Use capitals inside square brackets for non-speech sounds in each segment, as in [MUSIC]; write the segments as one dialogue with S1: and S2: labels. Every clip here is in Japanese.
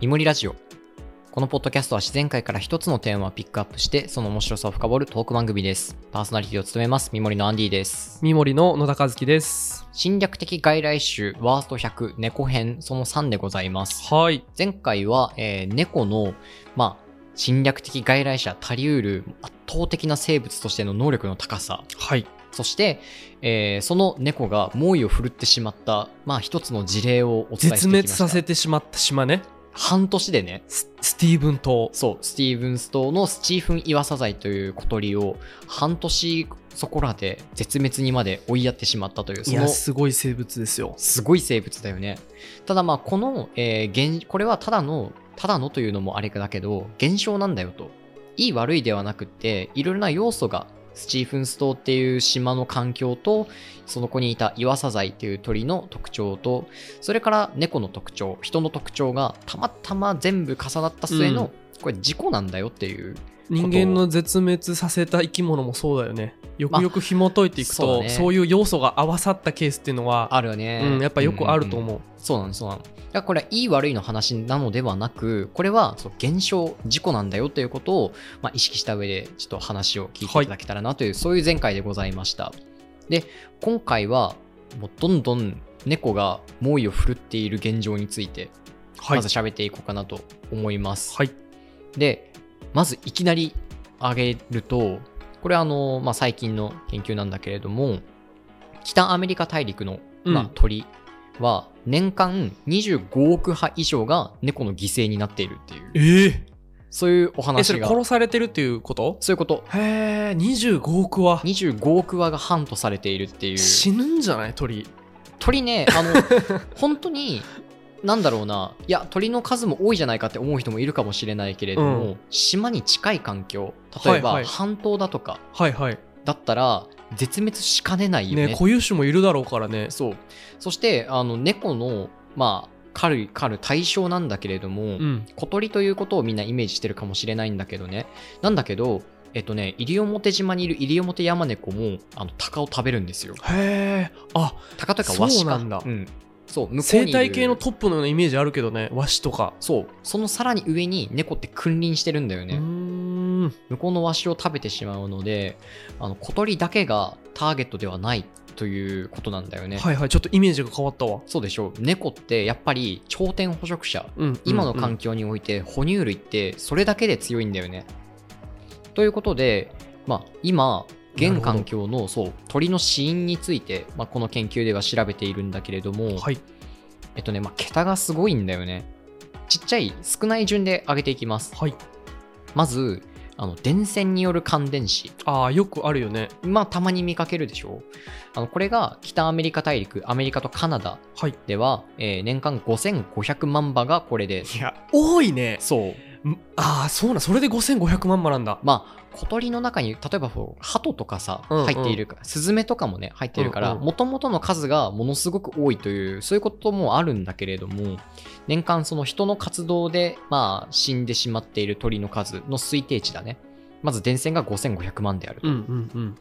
S1: イモリラジオ。このポッドキャストは自然界から一つのテーマをピックアップして、その面白さを深掘るトーク番組です。パーソナリティを務めます、ミモリのアンディです。
S2: 三森の野田和樹です。
S1: 侵略的外来種ワースト100猫編その3でございます。
S2: はい。
S1: 前回は、えー猫の、まあ、侵略的外来者たりうる圧倒的な生物としての能力の高さ、
S2: はい。
S1: そして、えーその猫が猛威を振るってしまった、まあ一つの事例をお伝えしてきました。
S2: 絶滅させてしまった島ね。
S1: 半年でね、
S2: ススティーブン島。
S1: そう、スティーブンス島のスチーフン・イワサザイという小鳥を半年そこらで絶滅にまで追いやってしまったという、
S2: い
S1: そ
S2: や、
S1: の
S2: すごい生物ですよ。
S1: すごい生物だよね。ただまあ、この、えー現、これはただの、ただのというのもあれだけど、現象なんだよと。いい悪いではなくって、いろいろな要素が、スチーフンス島っていう島の環境と、その子にいた岩サザイっていう鳥の特徴と、それから猫の特徴、人の特徴がたまたま全部重なった末の、これ事故なんだよっていう。
S2: 人間の絶滅させた生き物もそうだよね。よくよく紐解いていくと、
S1: まあそ
S2: そうう
S1: ね
S2: いう要素が合わさったケースっていうのは、
S1: あるよね。
S2: うん、やっぱよくあると
S1: うんうんうん
S2: 思う。
S1: そうなの、そうなの。だからこれはいい悪いの話なのではなく、これはそう現象、事故なんだよということを、まあ、意識した上で、ちょっと話を聞いていただけたらなという、そういう前回でございました。で、今回は、もうどんどん猫が猛威を振るっている現状について、
S2: はい
S1: まず。喋っていこうかなと思います。
S2: はい。
S1: で、まずいきなり挙げると、これはあの、まあ、最近の研究なんだけれども、北アメリカ大陸の、
S2: うん
S1: まあ、鳥は年間25億羽以上が猫の犠牲になっているっていう、
S2: え
S1: そういうお
S2: え、そ
S1: 話
S2: れ
S1: が、
S2: 殺されてるっていうこと
S1: そういうこと、
S2: へえ、25億は
S1: 25億羽がハントされているっていう、
S2: 死ぬんじゃない鳥。
S1: 鳥ね、
S2: [LAUGHS]
S1: あの、本当に、なんだろうな、いや、鳥の数も多いじゃないかって思う人もいるかもしれないけれども、
S2: う
S1: 島に近い環境、例えば、
S2: はいはい
S1: 半島だとか、
S2: はいはい。
S1: だったら絶滅しかねないよね
S2: ね、固有種もいるだろうからね。
S1: そうそしてあの猫のまあ狩る狩る対象なんだけれども、
S2: うん。
S1: 小鳥ということをみんなイメージしてるかもしれないんだけどねなんだけどえっとね西表島にいる西表ヤマネコもあの鷹を食べるんですよ
S2: へえ、あ、
S1: 鷹というかワシか
S2: そうなんだ
S1: うん、そう向こうにいる
S2: 生態系のトップのようなイメージあるけどね和紙とか
S1: そうそのさらに上に猫って君臨してるんだよね、
S2: うーん
S1: 向こうのワシを食べてしまうのであの小鳥だけがターゲットではないということなんだよね、
S2: はいはいちょっとイメージが変わったわ、
S1: そうでしょう猫ってやっぱり頂点捕食者
S2: うん、
S1: 今の環
S2: 境、
S1: 境において哺乳類ってそれだけで強いんだよね。ということで、まあ、今現環境のそう鳥の死因について、まあ、この研究では調べているんだけれども、
S2: はい
S1: えっとねまあ、桁がすごいんだよね。ちっちゃい少ない順で上げていきます。
S2: はい
S1: まずあの電線による感電死
S2: ああよくあるよね
S1: まあたまに見かけるでしょうあのこれが北アメリカ大陸アメリカとカナダ
S2: はい
S1: では、えー年間5500万羽がこれで
S2: いや多いね
S1: そう
S2: ああそうなんそれで5500万羽なんだ
S1: まあ小鳥の中に例えばこう鳩とかさ
S2: うんうん
S1: 入っているか、スズメとかもね入っているから
S2: うんうん
S1: もともとの数がものすごく多いというそういうこともあるんだけれども年間その人の活動でまあ死んでしまっている鳥の数の推定値だねまず電線が5500万であると、
S2: うんうんうん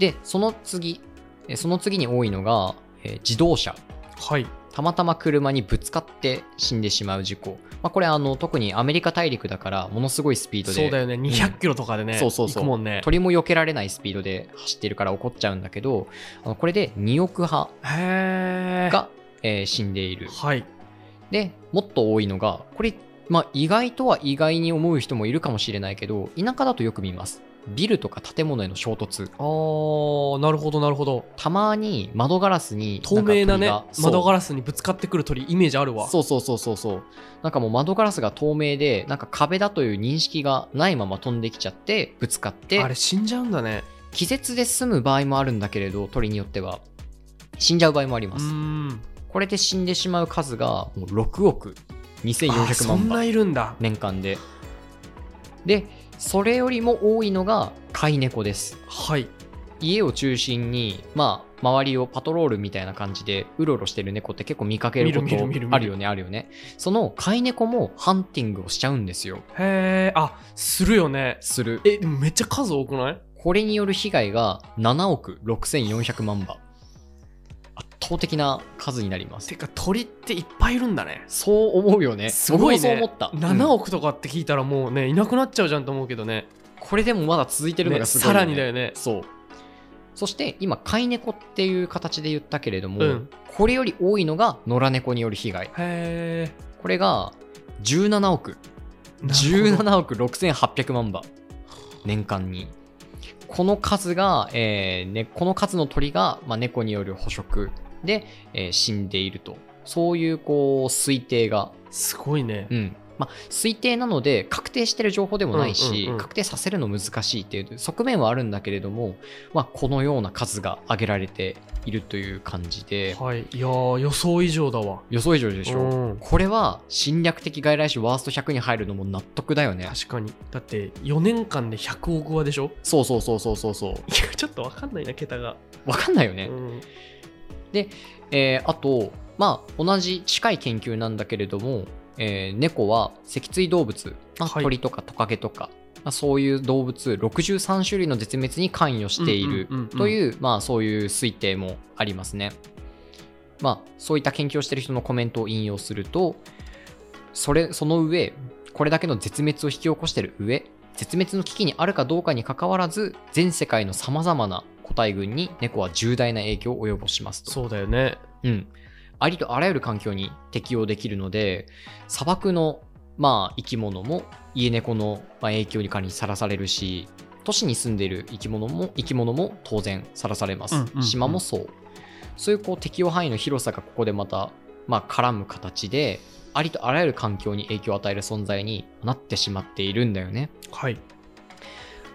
S1: でその次えその次に多いのが、えー自動車
S2: はい
S1: たまたま車にぶつかって死んでしまう事故、まあ、これあの特にアメリカ大陸だからものすごいスピード
S2: そう
S1: で
S2: だよね200キロとかでね、
S1: そうそうそう
S2: 行くもんね
S1: 鳥も避けられないスピードで走ってるから怒っちゃうんだけどあのこれで2億羽
S2: へえ
S1: が、えー死んでいる
S2: はい
S1: でもっと多いのがこれ、まあ、意外とは意外に思う人もいるかもしれないけど田舎だとよく見ますビルとか建物への衝突
S2: あーなるほどなるほど
S1: たまに窓ガラスに
S2: 透明なね窓ガ
S1: ラ
S2: ラスにぶつかってくる鳥イメージあるわ
S1: そうそうそうそうそうなんかもう窓ガラスが透明でなんか壁だという認識がないまま飛んできちゃってぶつかって
S2: あれ死んじゃうんだね
S1: 気絶で済む場合もあるんだけれど鳥によっては死んじゃう場合もあり
S2: う
S1: ます、
S2: ーん
S1: これで死んでしまう数がもう6億
S2: あー
S1: 2400
S2: そ
S1: 万
S2: んない
S1: 羽
S2: るんだ
S1: 年間ででそれよりも多いのが飼い猫です
S2: はい
S1: 家を中心にまあ周りをパトロールみたいな感じでうろうろしてる猫って結構見かけるこ
S2: 見る見る見る見
S1: と
S2: る
S1: あるよねあるよねその飼い猫もハンティングをしちゃうんですよ
S2: へえあするよね
S1: する
S2: えでもめっちゃ数多くない
S1: これによる被害が7億6400万羽圧倒的な数になります
S2: てか鳥っていっぱいいるんだね
S1: そう思うよね
S2: すごい
S1: 僕も
S2: ね
S1: そう思った
S2: 7
S1: うん
S2: 億とかって聞いたらもうねいなくなっちゃうじゃんと思うけどね
S1: これでもまだ続いてるのがすごいよ
S2: ね
S1: ね、
S2: さらにだよね
S1: そうそして今飼い猫っていう形で言ったけれども、
S2: うん
S1: これより多いのが野良猫による被害
S2: へ
S1: これが17億
S2: え
S1: 17億6800万羽年間にこの数が、えーね、この数の鳥が、まあ、猫による捕食で、えー死んでいるとそういうこう推定が、
S2: すごいね
S1: うんまあ、推定なので確定してる情報でもないし、
S2: うんうんうん
S1: 確定させるの難しいっていう側面はあるんだけれども、まあ、このような数が挙げられているという感じで
S2: はいいやー予想以上だわ
S1: 予想以上でしょ
S2: うん
S1: これは侵略的外来種ワースト100に入るのも納得だよね
S2: 確かにだって4年間で100億話でしょ
S1: そうそうそうそうそうそう
S2: いやちょっとわかんないな桁が、
S1: わかんないよ
S2: う
S1: ね。
S2: ん、
S1: えーあと、まあ、同じ近い研究なんだけれども、えー猫は脊椎動物、まあ
S2: はい
S1: 鳥とかトカゲとか、まあ、そういう動物63種類の絶滅に関与している
S2: うんうんうんうん
S1: という、まあ、そういう推定もありますね。まあ、そういった研究をしている人のコメントを引用すると、それその上、これだけの絶滅を引き起こしている上、絶滅の危機にあるかどうかにかかわらず、全世界のさまざまな個体群に猫は重大な影響を及ぼしますと。
S2: そうだよね
S1: うん、ありとあらゆる環境に適応できるので砂漠の、まあ、生き物も家猫の、まあ、影響にかにさらされるし都市に住んでいる生き物も生き物も当然さらされます、
S2: うんうんうん
S1: 島もそうそういうこう適応範囲の広さがここでまた、まあ、絡む形でありとあらゆる環境に影響を与える存在になってしまっているんだよね。
S2: はい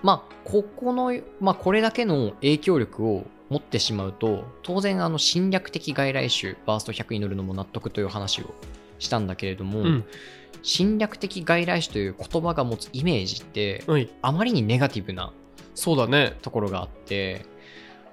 S1: まあ、ここの、まあ、これだけの影響力を持ってしまうと、当然、あの、侵略的外来種、バースト100に乗るのも納得という話をしたんだけれども、
S2: うん
S1: 侵略的外来種という言葉が持つイメージって、
S2: はい
S1: あまりにネガティブな
S2: そうだね
S1: ところがあって、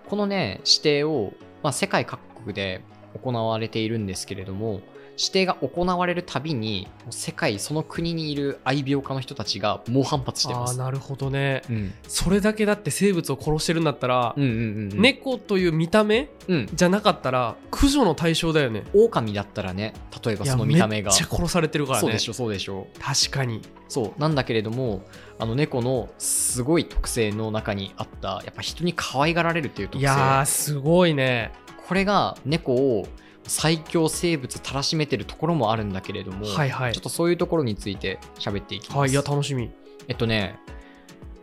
S1: このね、指定を、まあ、世界各国で行われているんですけれども、指定が行われるたびに、もう世界、その国にいる愛病家の人たちが猛反発してま
S2: ああ
S1: す。
S2: なるほどね
S1: うん、
S2: それだけだって生物を殺してるんだったら、
S1: うんうんうんうん、、
S2: 猫という見た目
S1: うん、
S2: じゃなかったら駆除の対象だよね
S1: 狼だったらね例えばその見た目が
S2: いやめっちゃ殺されてるからね
S1: そうでしょそうでしょ
S2: 確かに
S1: そうなんだけれどもあの猫のすごい特性の中にあったやっぱ人に可愛がられるっていう特
S2: い
S1: 性
S2: やーすごいね
S1: これが猫を最強生物たらしめてるところもあるんだけれども、
S2: はいはい
S1: ちょっとそういうところについて喋っていきます、
S2: はいいや楽しみ
S1: えっとね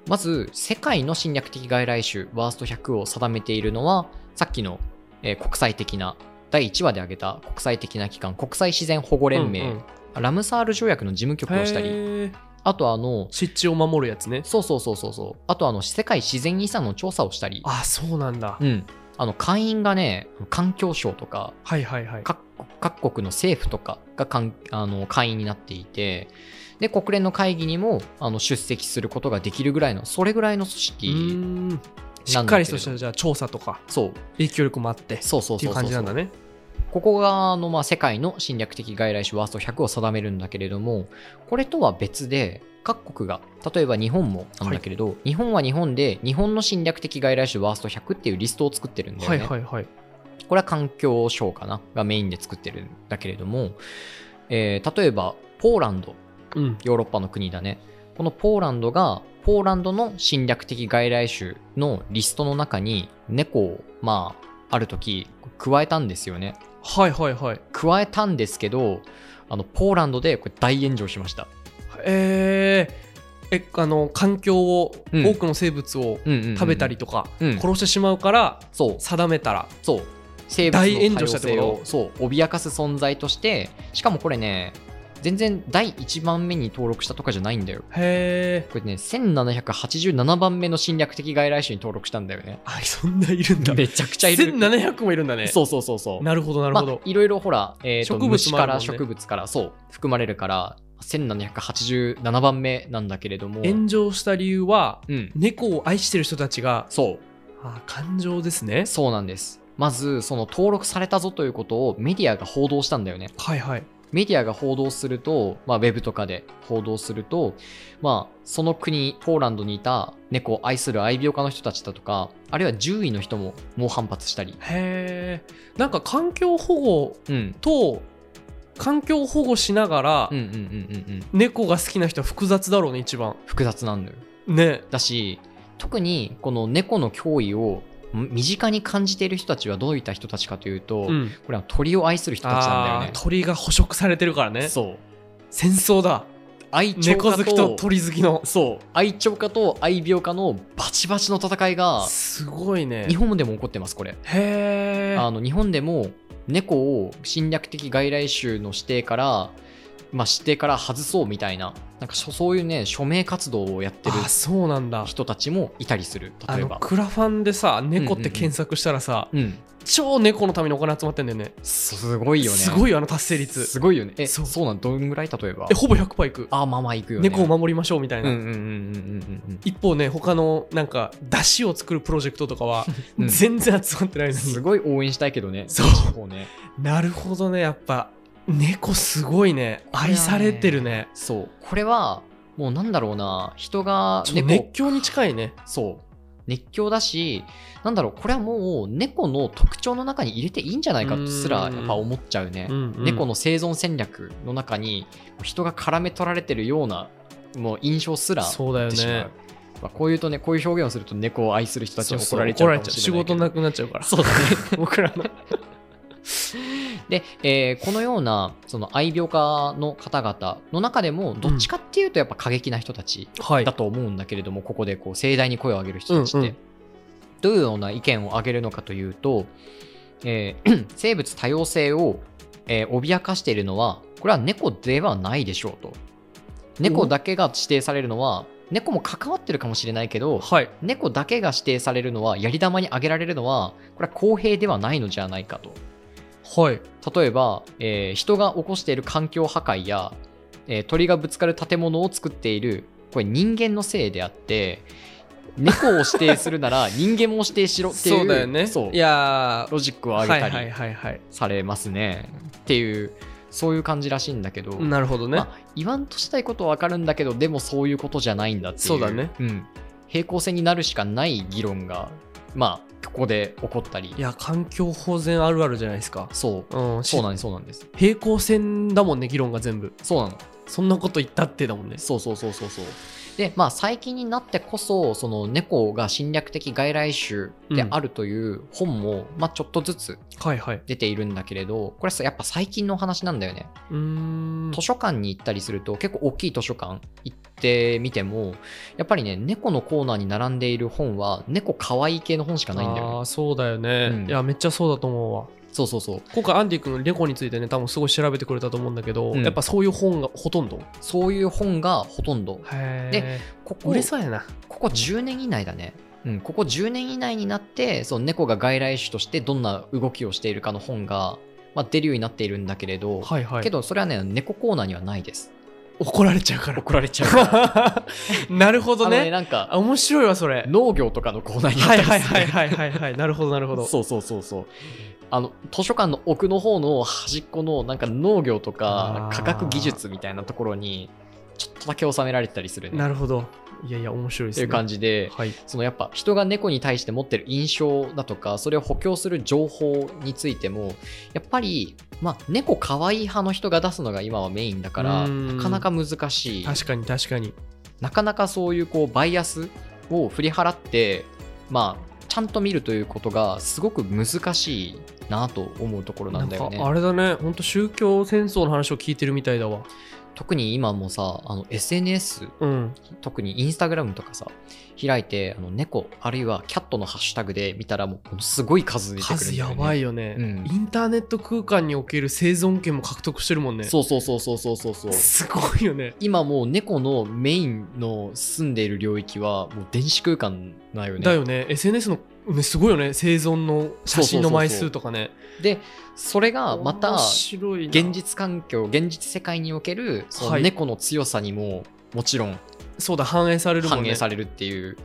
S1: まず世界の侵略的外来種ワースト100を定めているのはさっきの、えー国際的な第1話で挙げた国際的な機関国際自然保護連盟、
S2: うんうん
S1: ラムサール条約の事務局をした
S2: へ
S1: り、
S2: ー
S1: あとあの、
S2: 湿地を守るやつね
S1: そうそうそうそうそう、あとあの、世界自然遺産の調査をしたり、
S2: あそうなんだ、
S1: うん。あの、会員がね、環境省とか、
S2: はいはいはい
S1: 各国各国の政府とかがかんあの会員になっていて、で、国連の会議にもあの出席することができるぐらいの、それぐらいの組
S2: うー
S1: 織、
S2: んしっかりとしたじゃあ調査とか
S1: そう、
S2: 影響力もあって
S1: そうそうそうそうそう。
S2: っていう感じなんだね
S1: ここがあの、まあ、世界の侵略的外来種ワースト100を定めるんだけれどもこれとは別で各国が例えば日本もなんだけれど、日本は日本で日本の侵略的外来種ワースト100っていうリストを作ってるんだよ
S2: は
S1: ね、
S2: いはいはい
S1: これは環境省かながメインで作ってるんだけれども、えー例えばポーランド
S2: うん
S1: ヨーロッパの国だねこのポーランドがポーランドの侵略的外来種のリストの中に猫をまあある時加えたんですよね
S2: はいはいはい
S1: 加えたんですけどあのポーランドでこれ大炎上しました、
S2: えー、えあの環境を、
S1: うん
S2: 多くの生物を食べたりとか、
S1: うん
S2: 殺してしまうから
S1: そう
S2: 定めたら
S1: そう生物の
S2: 大炎
S1: 多様
S2: 上したって
S1: 性
S2: こ
S1: をそう脅かす存在としてしかもこれね全然第1番目に登録したとかじゃないんだよ
S2: へえ
S1: これね1787番目の侵略的外来種に登録したんだよね
S2: あそんないるんだ
S1: めちゃくちゃいる
S2: 1700もいるんだね
S1: そうそうそうそう
S2: なるほどなる
S1: ま
S2: ほ
S1: あ
S2: ど、、
S1: いろいろほら、えーと
S2: 植物も
S1: 虫か
S2: あ
S1: ら
S2: るもんね
S1: 植物からそう含まれるから1787番目なんだけれども
S2: 炎上した理由は
S1: うん
S2: 猫を愛してる人たちが
S1: そう
S2: あ感情ですね
S1: そうなんです。まず、その登録されたぞということをメディアが報道したんだよね。
S2: はいはい
S1: メディアが報道すると、まあ、ウェブとかで報道すると、まあ、その国、ポーランドにいた猫を愛する愛病家の人たちだとか、あるいは獣医の人も猛反発したり、
S2: へえんか環境保護
S1: うん、
S2: と環境保護しながら、
S1: うんうんうんうんうん、
S2: 猫が好きな人は複雑だろうね一番
S1: 複雑なんだよ。
S2: ね
S1: だし、特にこの猫の脅威をん身近に感じている人たちはどういった人たちかというと、
S2: うん
S1: これは鳥を愛する人たちなんだ
S2: あ
S1: よ
S2: ー鳥が捕食されてるから
S1: ね。
S2: ね
S1: そう。
S2: 戦争だ
S1: 愛鳥
S2: 猫
S1: 家
S2: 好きと
S1: と
S2: 鳥好きの
S1: そう愛鳥家と愛病家のバチバチの戦いが
S2: すごいね
S1: 日本でも起こってますこれ
S2: へえ
S1: あの日本でも猫を侵略的外来種の指定から、まあ、指定から外そうみたいななんかそそういうね署名活動をやってる
S2: あそうなんだ
S1: 人たちもいたりする
S2: あ
S1: 例え
S2: の
S1: ば
S2: クラファンでさ猫っ
S1: うんうんう
S2: て
S1: ん
S2: 検索したらさ、
S1: うん
S2: 超猫のためにお金集まってんだよね
S1: すごいよね
S2: すご
S1: い
S2: いよあの達成率
S1: すごいよねえ
S2: そ
S1: そううなんどんぐらい例えば
S2: えほぼ100%いく、
S1: あまあまあいくよね
S2: 猫を守りましょうみたい
S1: うん
S2: な、
S1: うんうんうんうん
S2: 一方ね他のなんか出汁を作るプロジェクトとかは
S1: [LAUGHS] うんうん
S2: 全然集まってないのに、
S1: すごい応援したいけどね
S2: そう
S1: うね
S2: なるほどねやっぱ猫すごいね
S1: れはね
S2: 愛されてるね
S1: そうこれはもうなんだろうな人が
S2: ちょっと
S1: 猫
S2: 熱狂に近いね
S1: そう熱狂だしなんだろうこれはもう猫の特徴の中に入れていいんじゃないかとすらやっぱ思っちゃうね、
S2: うんうん
S1: 猫の生存戦略の中に人が絡め取られてるようなもう印象すら
S2: そうだよ
S1: 出てしまう
S2: ね
S1: まあ、こういうとねこういう表現をすると猫を愛する人たちに怒られちゃ
S2: そうう
S1: か
S2: 怒
S1: も
S2: ら
S1: し
S2: 仕
S1: れないけど
S2: 事なくなっちゃうから
S1: そうだね
S2: 僕らの
S1: で、えーこのようなその愛病家の方々の中でもどっちかっていうとやっぱ過激な人たち
S2: は
S1: だと思うんだけれども、ここでこう盛大に声を上げる人たちって、
S2: うんうん
S1: どういうような意見を上げるのかというと、えー [CLEARS THROAT] 生物多様性を、えー脅かしているのはこれは猫ではないでしょうと猫だけが指定されるのは猫も関わってるかもしれないけど
S2: はい
S1: 猫だけが指定されるのはやり玉に挙げられるのはこれは公平ではないのじゃないかと
S2: はい
S1: 例えば、えー人が起こしている環境破壊や、えー鳥がぶつかる建物を作っているこれ人間のせいであって猫を指定するな
S2: [LAUGHS]
S1: ら人間も指定しろっていう
S2: そうだよね
S1: そう
S2: いやー
S1: ロジックを上げた
S2: はい
S1: り
S2: はいはい
S1: されますね、っていうそういう感じらしいんだけど、
S2: はいなるほどね、
S1: まあ、言わんとしたいことは分かるんだけどでもそういうことじゃないんだっていう
S2: そうだね
S1: ん、平行線になるしかない議論がまあここで起こったり
S2: いや環境保全あるあるじゃないですか
S1: そう
S2: うんし
S1: そうなんですそうなんです
S2: 平行線だもんね議論が全部
S1: そうなの
S2: そんなこと言ったってだもんね
S1: そうそうそうそうそう。で、まあ最近になってこそ、その猫が侵略的外来種であるという本も、まあちょっとずつ
S2: はいはい
S1: 出ているんだけれど、これさやっぱ最近の話なんだよね。
S2: うーん
S1: 図書館に行ったりすると、結構大きい図書館行ってみても、やっぱりね、猫のコーナーに並んでいる本は、猫可愛い系の本しかないんだよ
S2: あ
S1: ね。
S2: ーそうだよね、
S1: うん
S2: いやめっちゃそうだと思うわ
S1: そうそうそう。
S2: 今回アンディ君の猫についてね多分すごい調べてくれたと思うんだけど、
S1: うん
S2: やっぱそういう本がほとんど
S1: そういう本がほとんど。
S2: へ
S1: ここ
S2: 売れそうやな
S1: ここ10年以内だね。うん、ここ10年以内になって、その猫が外来種としてどんな動きをしているかの本が、まあ、出るようになっているんだけれど、
S2: はいはい
S1: けどそれはね、猫コーナーにはないです。
S2: 怒られちゃうから
S1: 怒られちゃうから。
S2: [LAUGHS] なるほ
S1: あの
S2: ど
S1: ね、
S2: ね
S1: なん
S2: あ
S1: か、
S2: 面白いわそれ
S1: 農業とかのコーナーにあっ
S2: は
S1: た
S2: い
S1: りする
S2: はいはいはいはいはいなるほどなるほど
S1: [LAUGHS] そうそうそうそう。あの、図書館の奥の方の端っこの、なんか農業とか
S2: あー
S1: 科学技術みたいなところに、ちょっとだけ収められてたりするね。
S2: なるほどいやいや面白いで
S1: って
S2: す
S1: いう
S2: ね
S1: 感じで、
S2: はい
S1: そのやっぱ人が猫に対して持ってる印象だとかそれを補強する情報についてもやっぱり、まあ、猫可愛い派の人が出すのが今はメインだから
S2: うーん
S1: なかなか難しい
S2: 確かに確かに
S1: なかなかそういうこうバイアスを振り払って、まあ、ちゃんと見るということがすごく難しいなと思うところなんだよね
S2: かあれだね本当宗教戦争の話を聞いてるみたいだわ
S1: 特に今もさあの SNS
S2: うん
S1: 特にインスタグラムとかさ開いてあの猫あるいはキャットのハッシュタグで見たらもうものすごい数出てくるんだよ、
S2: 数
S1: ね、
S2: やばいよね、
S1: うん
S2: インターネット空間における生存権も獲得してるもんね
S1: そうそうそうそうそうそうそう
S2: すごいよね
S1: 今もう猫のメインの住んでいる領域はもう電子空間だよね
S2: だよね SNS のねすごいよね生存の写真の枚数とかね
S1: でそれがまた
S2: 面白いな
S1: 現実環境現実世界におけるそ
S2: は
S1: の
S2: い
S1: 猫の強さにももちろん
S2: そうだ反映されるもんね
S1: 反映されるっていう、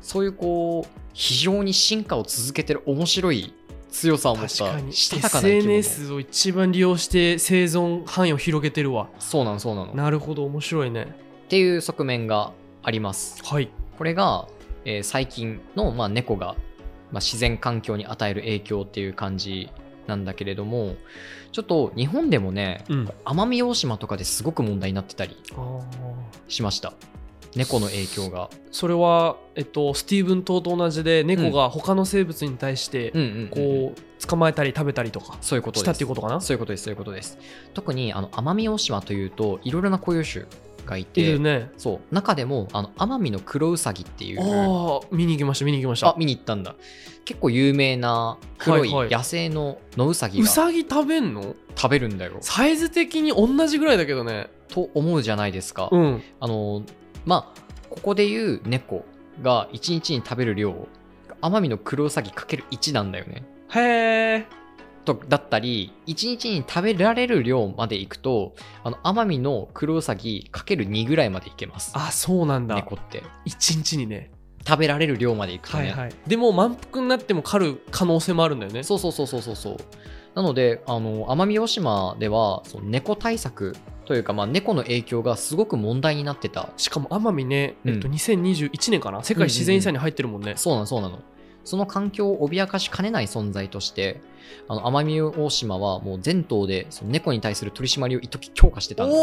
S1: そういうこう非常に進化を続けてる面白い強さを持っ
S2: 確か
S1: た
S2: に
S1: したたかな生き物
S2: SNS を一番利用して生存範囲を広げてるわ
S1: そうなのそうなのっ
S2: なるほど面白いね
S1: ていう側面があります
S2: はい
S1: これが、えー最近の、まあ、猫が、まあ、自然環境に与える影響っていう感じなんだけれどもちょっと日本でもね
S2: うん
S1: 奄美大島とかですごく問題になってたり
S2: あー
S1: しました猫の影響が
S2: それは、えっと、スティーブン島と同じで猫が他の生物に対して、
S1: うんうんうんうん
S2: こう捕まえたり食べたりとか
S1: そういうこと
S2: し
S1: です
S2: たっていうことかな
S1: そういうことですそういうことです特にあの奄美大島というといろいろな固有種がいて
S2: いるね
S1: そう中でもあの奄美の黒ウサギっていう
S2: ああ見に行きました見に行きまし
S1: あ
S2: た
S1: 見に行ったんだ結構有名な黒い
S2: はいはい
S1: 野生の野ウサギ
S2: ウ
S1: が
S2: サギ食べんの
S1: 食べるんだよ、
S2: サイズ的に同じぐらいだけどね
S1: と思うじゃないですか、
S2: うん
S1: あのまあここで言う猫が1日に食べる量奄美の黒ウサギかける1なんだよね
S2: へえ
S1: とだったり1日に食べられる量までいくとあの奄美の黒ウサギかける2ぐらいまでいけます
S2: あそうなんだ
S1: 猫って
S2: 一日にね
S1: 食べられる量までいくと
S2: は
S1: ね、
S2: いはいでも満腹になっても狩る可能性もあるんだよね
S1: そうそうそうそうそうそうなのであの奄美大島ではその猫対策というか、まあ、猫の影響がすごく問題になってた
S2: しかも奄美ね、えっと、
S1: うん
S2: 2021年かな世界自然遺産に入ってるもんね、
S1: そうなのそうなのその環境を脅かしかねない存在としてあの奄美大島はもう全島でその猫に対する取り締まりを一時強化してたんです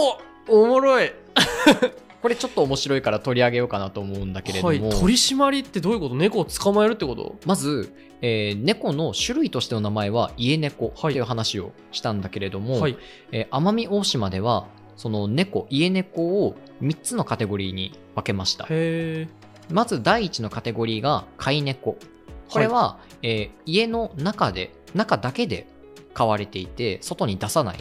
S2: おおおもろい
S1: これちょっと面白いから取り上げようかなと思うんだけれど
S2: は
S1: も、
S2: い、取り締まりってどういうこと猫を捕まえるってこと
S1: まず、えー猫の種類としての名前は家猫という話をしたんだけれども、
S2: はい
S1: えー奄美大島ではその猫家猫を3つのカテゴリーに分けました
S2: へえ
S1: まず第1のカテゴリーが飼い猫これは、えー家の中で中だけで飼われていて外に出さない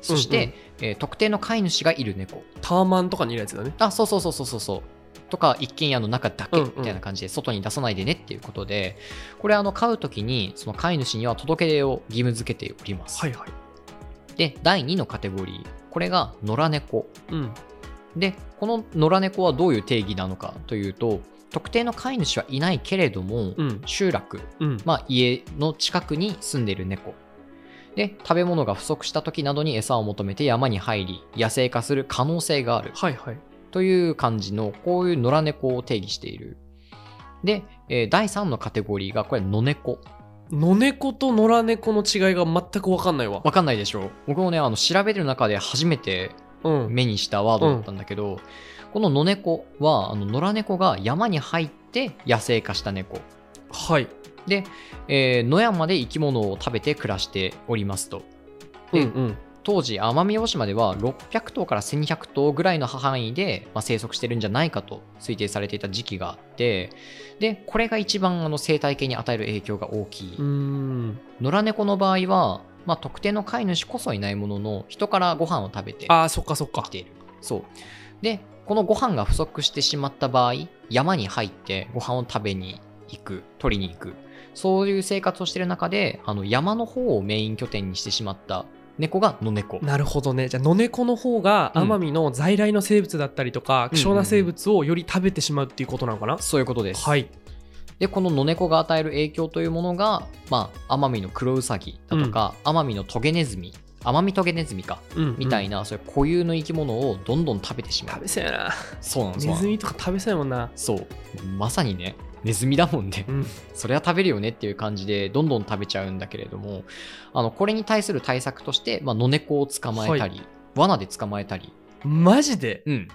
S1: そして、えー特定の飼い主がいる猫
S2: タワマンとかにいるやつだね
S1: あそうそうそうそうそうそうとか一軒家の中だけ
S2: うんう
S1: み
S2: ん
S1: たいな感じで外に出さないでねっていうことで、これあの飼う時にその飼い主には届け出を義務付けております、
S2: はいはい
S1: で第2のカテゴリーこれが野良猫
S2: うん
S1: でこの野良猫はどういう定義なのかというと特定の飼い主はいないけれども、
S2: うん
S1: 集落、
S2: うん
S1: まあ、家の近くに住んでいる猫で食べ物が不足した時などに餌を求めて山に入り野生化する可能性がある
S2: はいはい
S1: という感じのこういう野良猫を定義しているで、えー第3のカテゴリーがこれ野猫
S2: 野猫と野良猫の違いが全く分かんないわ
S1: わかんないでしょ僕もねあの調べてる中で初めて
S2: うん
S1: 目にしたワードだったんだけど、この野猫はあの野良猫が山に入って野生化した猫
S2: はい
S1: で、えー野山で生き物を食べて暮らしておりますと
S2: う
S1: で
S2: んうん
S1: 当時奄美大島では600頭から1200頭ぐらいの範囲で、まあ、生息してるんじゃないかと推定されていた時期があってでこれが一番あの生態系に与える影響が大きい、
S2: うーん
S1: 野良猫の場合は、まあ、特定の飼い主こそいないものの人からご飯を食べて
S2: あーそっかそっ
S1: 生
S2: か
S1: きているそうでこのご飯が不足してしまった場合山に入ってご飯を食べに行く取りに行くそういう生活をしている中であの山の方をメイン拠点にしてしまった猫が野猫
S2: なるほどねじゃあ野猫の方が
S1: うん
S2: 奄美の在来の生物だったりとか、希少な
S1: うん
S2: 生
S1: うん
S2: 物をより食べてしまうっていうことなのかな、
S1: そういうことです、
S2: はい
S1: でこの野猫が与える影響というものが、まあ、奄美の黒ウサギだとか、奄美のトゲネズミ奄美トゲネズミか
S2: うんうん
S1: みたいな、そういう固有の生き物をどんどん食べてしま
S2: 食
S1: う
S2: べそうやな
S1: そうなんです
S2: ネズミとか食べそうやもんな
S1: そうまさにねネズミだもんね、
S2: うん
S1: それは食べるよねっていう感じでどんどん食べちゃうんだけれどもあのこれに対する対策として、まあ、野猫を捕まえたり、罠で捕まえたり、
S2: マジで
S1: うん、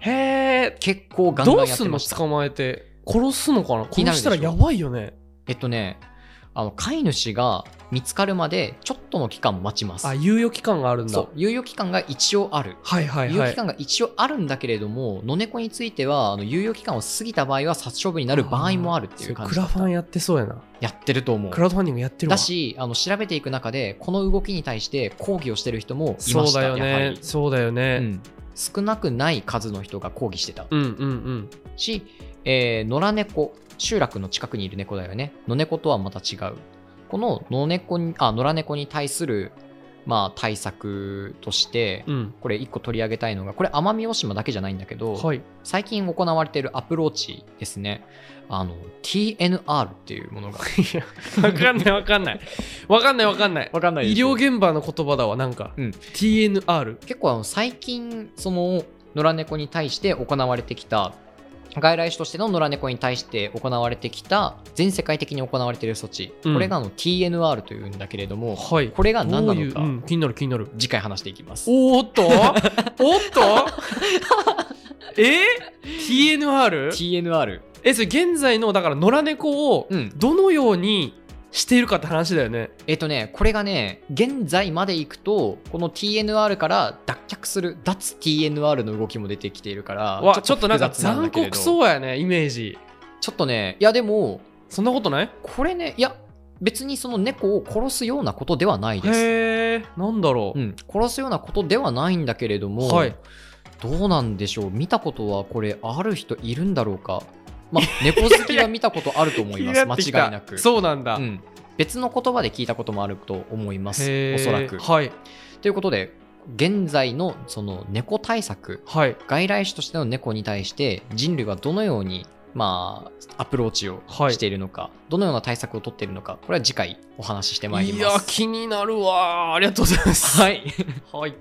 S2: へえ
S1: 結構ガン
S2: ど
S1: ガ
S2: う
S1: ンやっ
S2: す
S1: てま
S2: んの
S1: した
S2: 捕まえて殺すのかな
S1: 気にな
S2: 殺
S1: る
S2: し
S1: でしたょ
S2: らやばいよね
S1: えっとねあの飼い主が見つかるまでちょっとの期間待ちます
S2: あ猶予期間があるんだ
S1: そう猶予期間が一応ある
S2: はいはい
S1: 猶予
S2: は
S1: 期
S2: い
S1: 間が一応あるんだけれども野猫についてはあの猶予期間を過ぎた場合は殺処分になる場合もあるっていう感じ
S2: そ
S1: だ
S2: れ
S1: っ
S2: クラ
S1: た
S2: ファンやってそうやな
S1: やってると思う
S2: クラウドファンディングやってるわ
S1: だしあの調べていく中でこの動きに対して抗議をしてる人もいました
S2: そうだよ
S1: やは
S2: ね
S1: り
S2: そうだよ
S1: う
S2: ね、
S1: ん、少なくない数の人が抗議してた
S2: うん、うんうん
S1: し、えー野良猫集落の近くにいる猫だよね野猫とはまた違うこの野猫にあ野良猫に対するまあ、対策として、
S2: うん。
S1: これ一個取り上げたいのが、これ奄美大島だけじゃないんだけど、
S2: はい。
S1: 最近行われているアプローチですね。あの、TNR っていうも
S2: [LAUGHS]
S1: のが。
S2: わかんないわかんない。わかんないわかんない。
S1: わかんな
S2: 医療現場の言葉だわ、なんか。
S1: うん
S2: TNR。
S1: 結構あの最近その野良猫に対して行われてきた外来種としての野良猫に対して行われてきた全世界的に行われている措置、
S2: うん
S1: これがあの TNR というんだけれども
S2: はい。
S1: これが何な
S2: どうい
S1: の
S2: う
S1: か、
S2: うん、気になる気になる。
S1: 次回話していきます
S2: おーっとおっ
S1: [LAUGHS]
S2: とえ ?TNR?
S1: TNR
S2: え、それ現在の、だから野良猫を
S1: うん
S2: どのようにしているかって話だよね。
S1: えっ、とねこれがね現在までいくとこの TNR から脱却する脱 TNR の動きも出てきているから
S2: わ、ちょっとなんか
S1: 複雑だ
S2: 残
S1: けれど
S2: 酷そうやね、イメージ。
S1: ちょっとねいやでも
S2: そんなことない
S1: これねいや別にその猫を殺すようなことではないです
S2: へえ、なんだろう。
S1: うん、殺すようなことではないんだけれども、
S2: はい
S1: どうなんでしょう見たことはこれある人いるんだろうか、まあ、猫好きは見たことあると思います
S2: [LAUGHS] 気になってきた
S1: 間違いなく
S2: そうなんだ。
S1: うん、別の言葉で聞いたこともあると思います
S2: へー
S1: おそらく。
S2: はい。
S1: ということで現在のその猫対策
S2: はい。
S1: 外来種としての猫に対して人類はどのようにまあアプローチを
S2: はい
S1: しているのか、どのような対策を取っているのかこれは次回お話ししてまいり
S2: い
S1: ます。
S2: や、気になるわー。ありがとうございます。
S1: はい
S2: はい。